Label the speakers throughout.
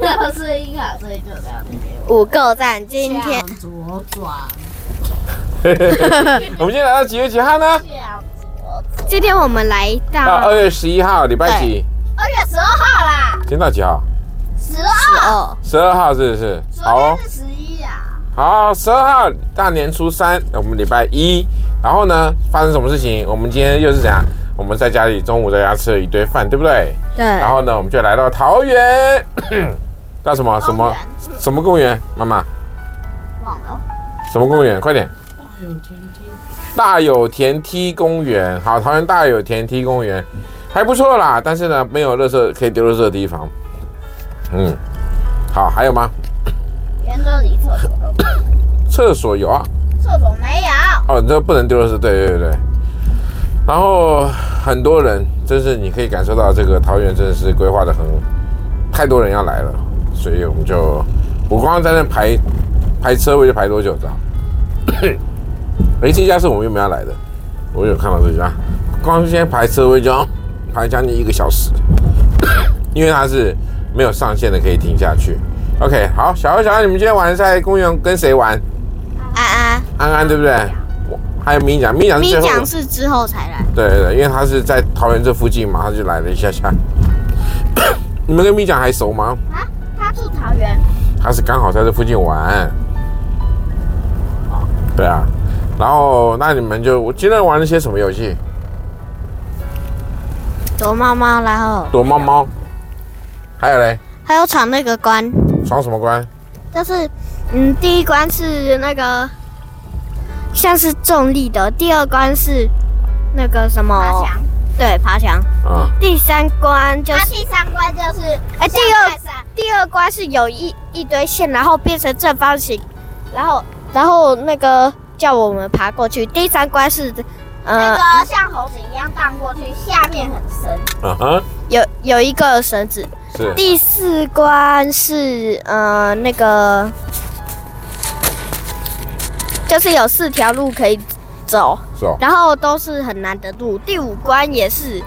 Speaker 1: 那是音啊，所以就这样子给我。
Speaker 2: 五够赞，今天
Speaker 1: 向左转，
Speaker 3: 我们今天来到几月几号呢？
Speaker 1: 向左转。
Speaker 2: 今天我们来
Speaker 3: 到
Speaker 2: 到
Speaker 3: 二月十一号，礼拜几？
Speaker 1: 二月十二号啦，
Speaker 3: 今天到几号？
Speaker 1: 十二，
Speaker 2: 哦，
Speaker 3: 十二号是不是？好
Speaker 1: 昨
Speaker 3: 哦，
Speaker 1: 天是十一啊。
Speaker 3: 好，十二号大年初三，我们礼拜一。然后呢，发生什么事情？我们今天又是怎样？我们在家里中午在家吃了一堆饭，对不对？
Speaker 2: 对，
Speaker 3: 然后呢，我们就来到桃园， 到什么什么什么公园？妈妈，
Speaker 1: 忘了，
Speaker 3: 什么公园？快点！大有田梯公园，好，桃园大有田梯公园还不错啦，但是呢，没有垃圾可以丢垃圾的地方。嗯，好，还有吗？
Speaker 1: 圆桌里厕所都没有
Speaker 3: 厕所有啊，
Speaker 1: 厕所没有，
Speaker 3: 哦，你这不能丢垃圾，对对对对。然后很多人，真是你可以感受到这个桃园真的是规划的很，太多人要来了，所以我们就，我光在那排排车位就排多久，知道？ 哎，这家是我们原本要来的，我有看到这家，光是现在排车位就要排将近一个小时， 因为它是没有上限的，可以停下去。OK，好，小欧小欧，你们今天晚上在公园跟谁玩？
Speaker 2: 安安，
Speaker 3: 安安对不对？我还有米讲，米讲是
Speaker 2: 咪
Speaker 3: 最后
Speaker 2: 讲
Speaker 3: 的，
Speaker 2: 是之后才来，
Speaker 3: 对对对，因为他是在桃园这附近嘛，他就来了一下下。 你们跟米讲还熟吗？
Speaker 1: 啊，他住桃园，
Speaker 3: 他是刚好在这附近玩。对啊，然后那你们就我今天玩了些什么游戏？
Speaker 2: 躲猫猫，然后
Speaker 3: 躲猫猫，还有嘞，
Speaker 2: 还有闯那个关，
Speaker 3: 闯什么关？
Speaker 2: 就是嗯，第一关是那个像是重力的，第二关是那个什么，
Speaker 1: 爬墙。
Speaker 2: 对，爬墙，
Speaker 3: 啊、
Speaker 2: 第三关就
Speaker 1: 他
Speaker 2: 是。
Speaker 1: 第三关就是，
Speaker 2: 哎第二
Speaker 1: 三，
Speaker 2: 啊第二关是有一一堆线，然后变成正方形，然后然后那个叫我们爬过去。第三关是，呃，
Speaker 1: 那个像猴子一样荡过去，下面很深，
Speaker 3: 嗯哼，
Speaker 2: 有有一个绳子。
Speaker 3: 是
Speaker 2: 第四关是呃那个，就是有四条路可以走，
Speaker 3: 是哦，
Speaker 2: 然后都是很难的路。第五关也是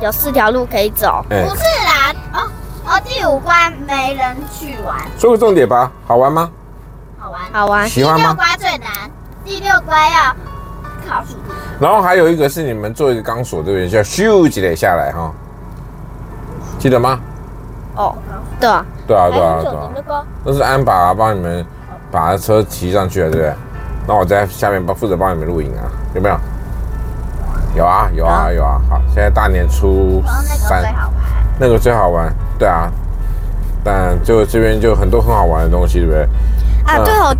Speaker 2: 有四条路可以走，
Speaker 3: 哎、
Speaker 1: 不是啦，哦哦，第五关没人去玩，
Speaker 3: 说个重点吧，好玩吗？
Speaker 1: 好玩。
Speaker 2: 好啊玩。
Speaker 3: 喜欢
Speaker 1: 第六
Speaker 3: 吗？
Speaker 1: 关最难，第六关要靠速度，
Speaker 3: 然后还有一个是你们做一个钢索，对不对？叫咻几垒下来哈、记得吗？
Speaker 2: 哦，对啊，
Speaker 3: 对啊，对啊，对啊，
Speaker 1: 个
Speaker 3: 那是安爸帮你们把车骑上去了，对不对？那我在下面帮负责帮你们录影啊，有没有？有啊，有啊，有啊。好，现在大年初
Speaker 1: 然后那个最
Speaker 3: 三，
Speaker 1: 好玩，
Speaker 3: 那个最好玩，对啊。但就这边就很多很好玩的东西，对不对？
Speaker 2: 啊，
Speaker 3: 嗯
Speaker 2: 对哦，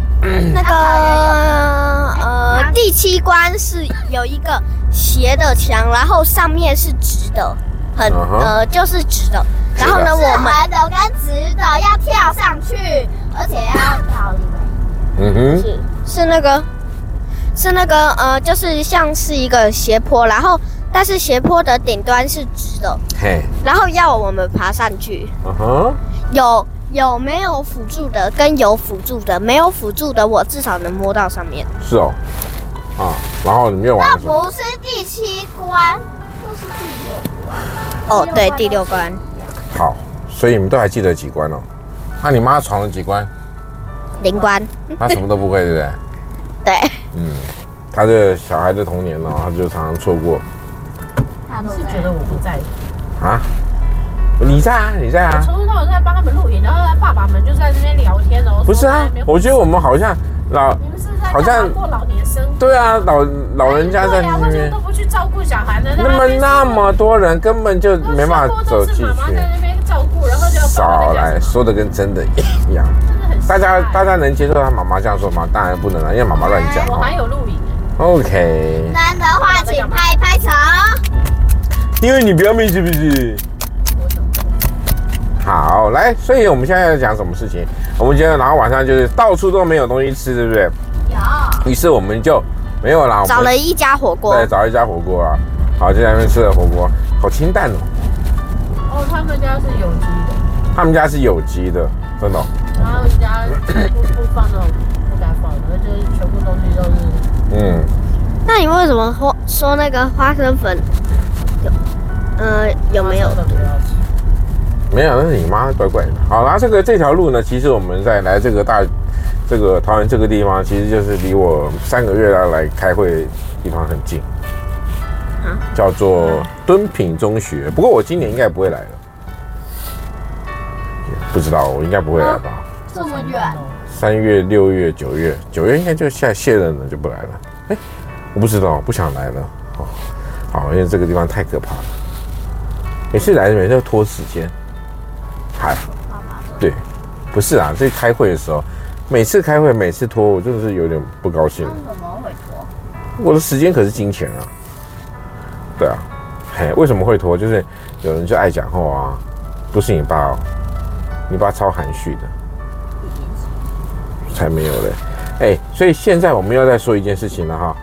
Speaker 2: 那个
Speaker 1: 它
Speaker 2: 呃，第七关是有一个斜的墙，然后上面是直的，很
Speaker 3: 嗯哼
Speaker 2: 呃就是直的。然后
Speaker 3: 是
Speaker 2: 呢，
Speaker 3: 的
Speaker 2: 我
Speaker 1: 我
Speaker 2: 们
Speaker 1: 们的跟直的要跳上去，而且要到你们
Speaker 3: 嗯哼，
Speaker 2: 是是那个是那个呃，就是像是一个斜坡，然后但是斜坡的顶端是直的，
Speaker 3: 嘿，
Speaker 2: 然后要我们爬上去。
Speaker 3: 嗯哼，
Speaker 2: 有有没有辅助的，跟有辅助的，没有辅助的，我至少能摸到上面。
Speaker 3: 是哦，啊，然后你们又玩
Speaker 1: 那
Speaker 3: 了什么？
Speaker 1: 不是第七关，这是第六关。
Speaker 2: 哦，对，第六关。
Speaker 3: 好，所以你们都还记得几关哦？那、你妈闯了几关？
Speaker 2: 零关，
Speaker 3: 她什么都不会，对不对？
Speaker 2: 对，
Speaker 3: 她的小孩的童年呢、她就常常错过。
Speaker 1: 他都
Speaker 4: 是觉得我不在，
Speaker 3: 啊？你在啊，你在啊？
Speaker 4: 从头到尾都在帮他们录影，然后爸爸们就在这边聊天哦。
Speaker 3: 不是啊
Speaker 4: 说在那，边
Speaker 3: 我觉得我们好像老
Speaker 4: 你们是在
Speaker 3: 好像
Speaker 4: 干嘛过老年生活，
Speaker 3: 对啊，老老人家在
Speaker 4: 对啊
Speaker 3: 那
Speaker 4: 为什么
Speaker 3: 边
Speaker 4: 都，不去照顾小孩呢？
Speaker 3: 那么那么多人根本就没办法走进
Speaker 4: 全部都是妈妈
Speaker 3: 去
Speaker 4: 在。那边照顾，然后就爸
Speaker 3: 少
Speaker 4: 爸在
Speaker 3: 来
Speaker 4: 家
Speaker 3: 说的跟真的一样，
Speaker 4: 真的很
Speaker 3: 大家
Speaker 4: 奇怪
Speaker 3: 大家能接受他妈妈这样说吗？当然不能啊了，因为妈妈乱讲
Speaker 4: 我
Speaker 3: 哦。
Speaker 4: 哎还有录影，
Speaker 3: OK，
Speaker 1: 难的话，请拍拍手。
Speaker 3: 因为你表妹是不是？好，来，所以我们现在要讲什么事情？我们今天然后晚上就是到处都没有东西吃，对不对？
Speaker 1: 有，
Speaker 3: 于是我们就没有啦，我们
Speaker 2: 找了一家火锅
Speaker 3: 对，，找一家火锅啊，好，就在那边吃了火锅，好清淡哦。
Speaker 4: 哦，他们家是有机的，
Speaker 3: 他们家是有机的，真的哦、
Speaker 4: 然后人家 不不放那种不该放的，就是全部东西都是。
Speaker 3: 嗯，
Speaker 2: 那你为什么说说那个花生粉有，呃，有没有
Speaker 4: 的不要吃？
Speaker 3: 没有，那是你妈怪怪的。好啦，这个这条路呢，其实我们在来这个大这个桃园这个地方，其实就是离我三个月来来开会的地方很近，叫做敦品中学。不过我今年应该不会来了，不知道，我应该不会来吧。
Speaker 1: 这么远，
Speaker 3: 三月、六月、九月，九月应该就下卸任了，就不来了。哎，我不知道，不想来了。哦，好，因为这个地方太可怕了，每次来每次都拖时间。还对，不是啊，这开会的时候，每次开会每次拖，我真的是有点不高兴。
Speaker 1: 怎么会拖？
Speaker 3: 我的时间可是金钱啊。对啊，嘿，为什么会拖？就是有人就爱讲话啊，不是你爸哦，你爸超含蓄的，才没有嘞。哎、所以现在我们要再说一件事情了哈。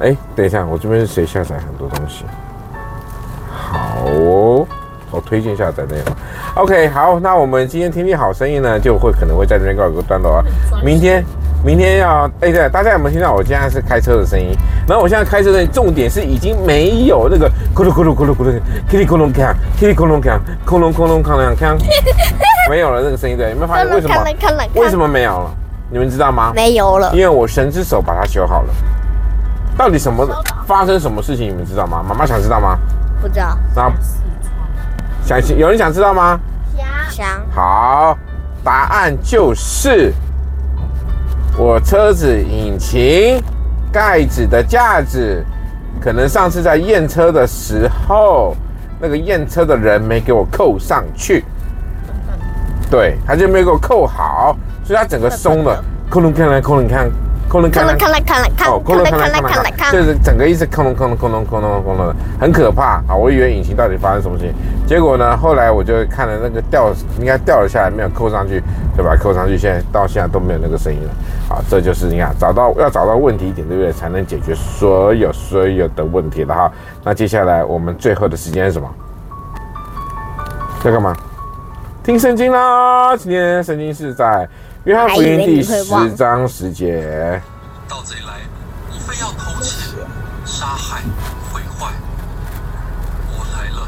Speaker 3: 哎、等一下，我这边是谁下载很多东西？好哦，我推荐下载内容。OK，好，那我们今天听听好声音呢，就会可能会在这边告一个段落啊。明天，明天要哎、对，大家有没有听到我现在是开车的声音？然后我现在开车的声音重点是已经没有那个咕噜咕噜咕噜咕噜，叽里咕隆锵，叽里咕隆锵，咕隆咕隆锵锵锵，没有了那个声音，对，你们发现为什么？
Speaker 2: 看了
Speaker 3: 为什么没有了？你们知道吗？
Speaker 2: 没有了？
Speaker 3: 因为我神之手把它修好了。到底什么发生什么事情？你们知道吗？妈妈想知道吗？
Speaker 2: 不知道，
Speaker 3: 那想有人想知道吗？
Speaker 1: 想
Speaker 2: 想
Speaker 3: 好，答案就是我车子引擎盖子的架子，可能上次在验车的时候，那个验车的人没给我扣上去，对，他就没给我扣好，所以它整个松了，扣隆看来，扣隆看，扣隆看
Speaker 2: 看了
Speaker 3: 来。
Speaker 2: 看了看了看
Speaker 3: 哦，
Speaker 2: 了
Speaker 3: 空了
Speaker 2: 看了
Speaker 3: 空了
Speaker 2: 看了
Speaker 3: 空了
Speaker 2: 看了
Speaker 3: 空了，
Speaker 2: 看
Speaker 3: 就
Speaker 2: 了，
Speaker 3: 是整个一直空隆空隆空隆空隆空隆，很可怕啊！我以为引擎到底发生什么事情，结果呢，后来我就看了那个掉，应该掉了下来，没有扣上去，就把它扣上去，现在到现在都没有那个声音了。好，这就是你看，找到要找到问题点，对不对？才能解决所有所有的问题了哈。那接下来我们最后的时间是什么？要干嘛？听圣经啦！今天圣经是在约翰福音第十章十节。
Speaker 5: 盗贼来，你非要偷窃、杀害、毁坏。我来了，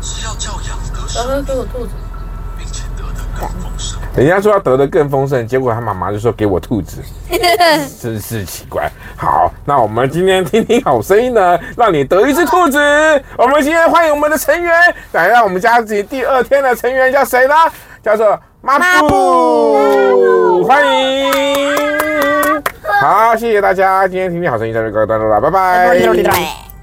Speaker 5: 是要叫羊得
Speaker 4: 刚
Speaker 5: 生，
Speaker 4: 刚给我兔子，
Speaker 5: 并且得的更丰盛。
Speaker 3: 人家说要得的更丰盛，结果他妈妈就说给我兔 子，真是奇怪。好，那我们今天听听好声音呢，让你得一只兔子。我们今天欢迎我们的成员，来让我们家自己第二天的成员叫谁呢？叫做抹布，欢迎。好，谢谢大家，今天听听好声音，在这告一段落了，拜拜
Speaker 2: 对。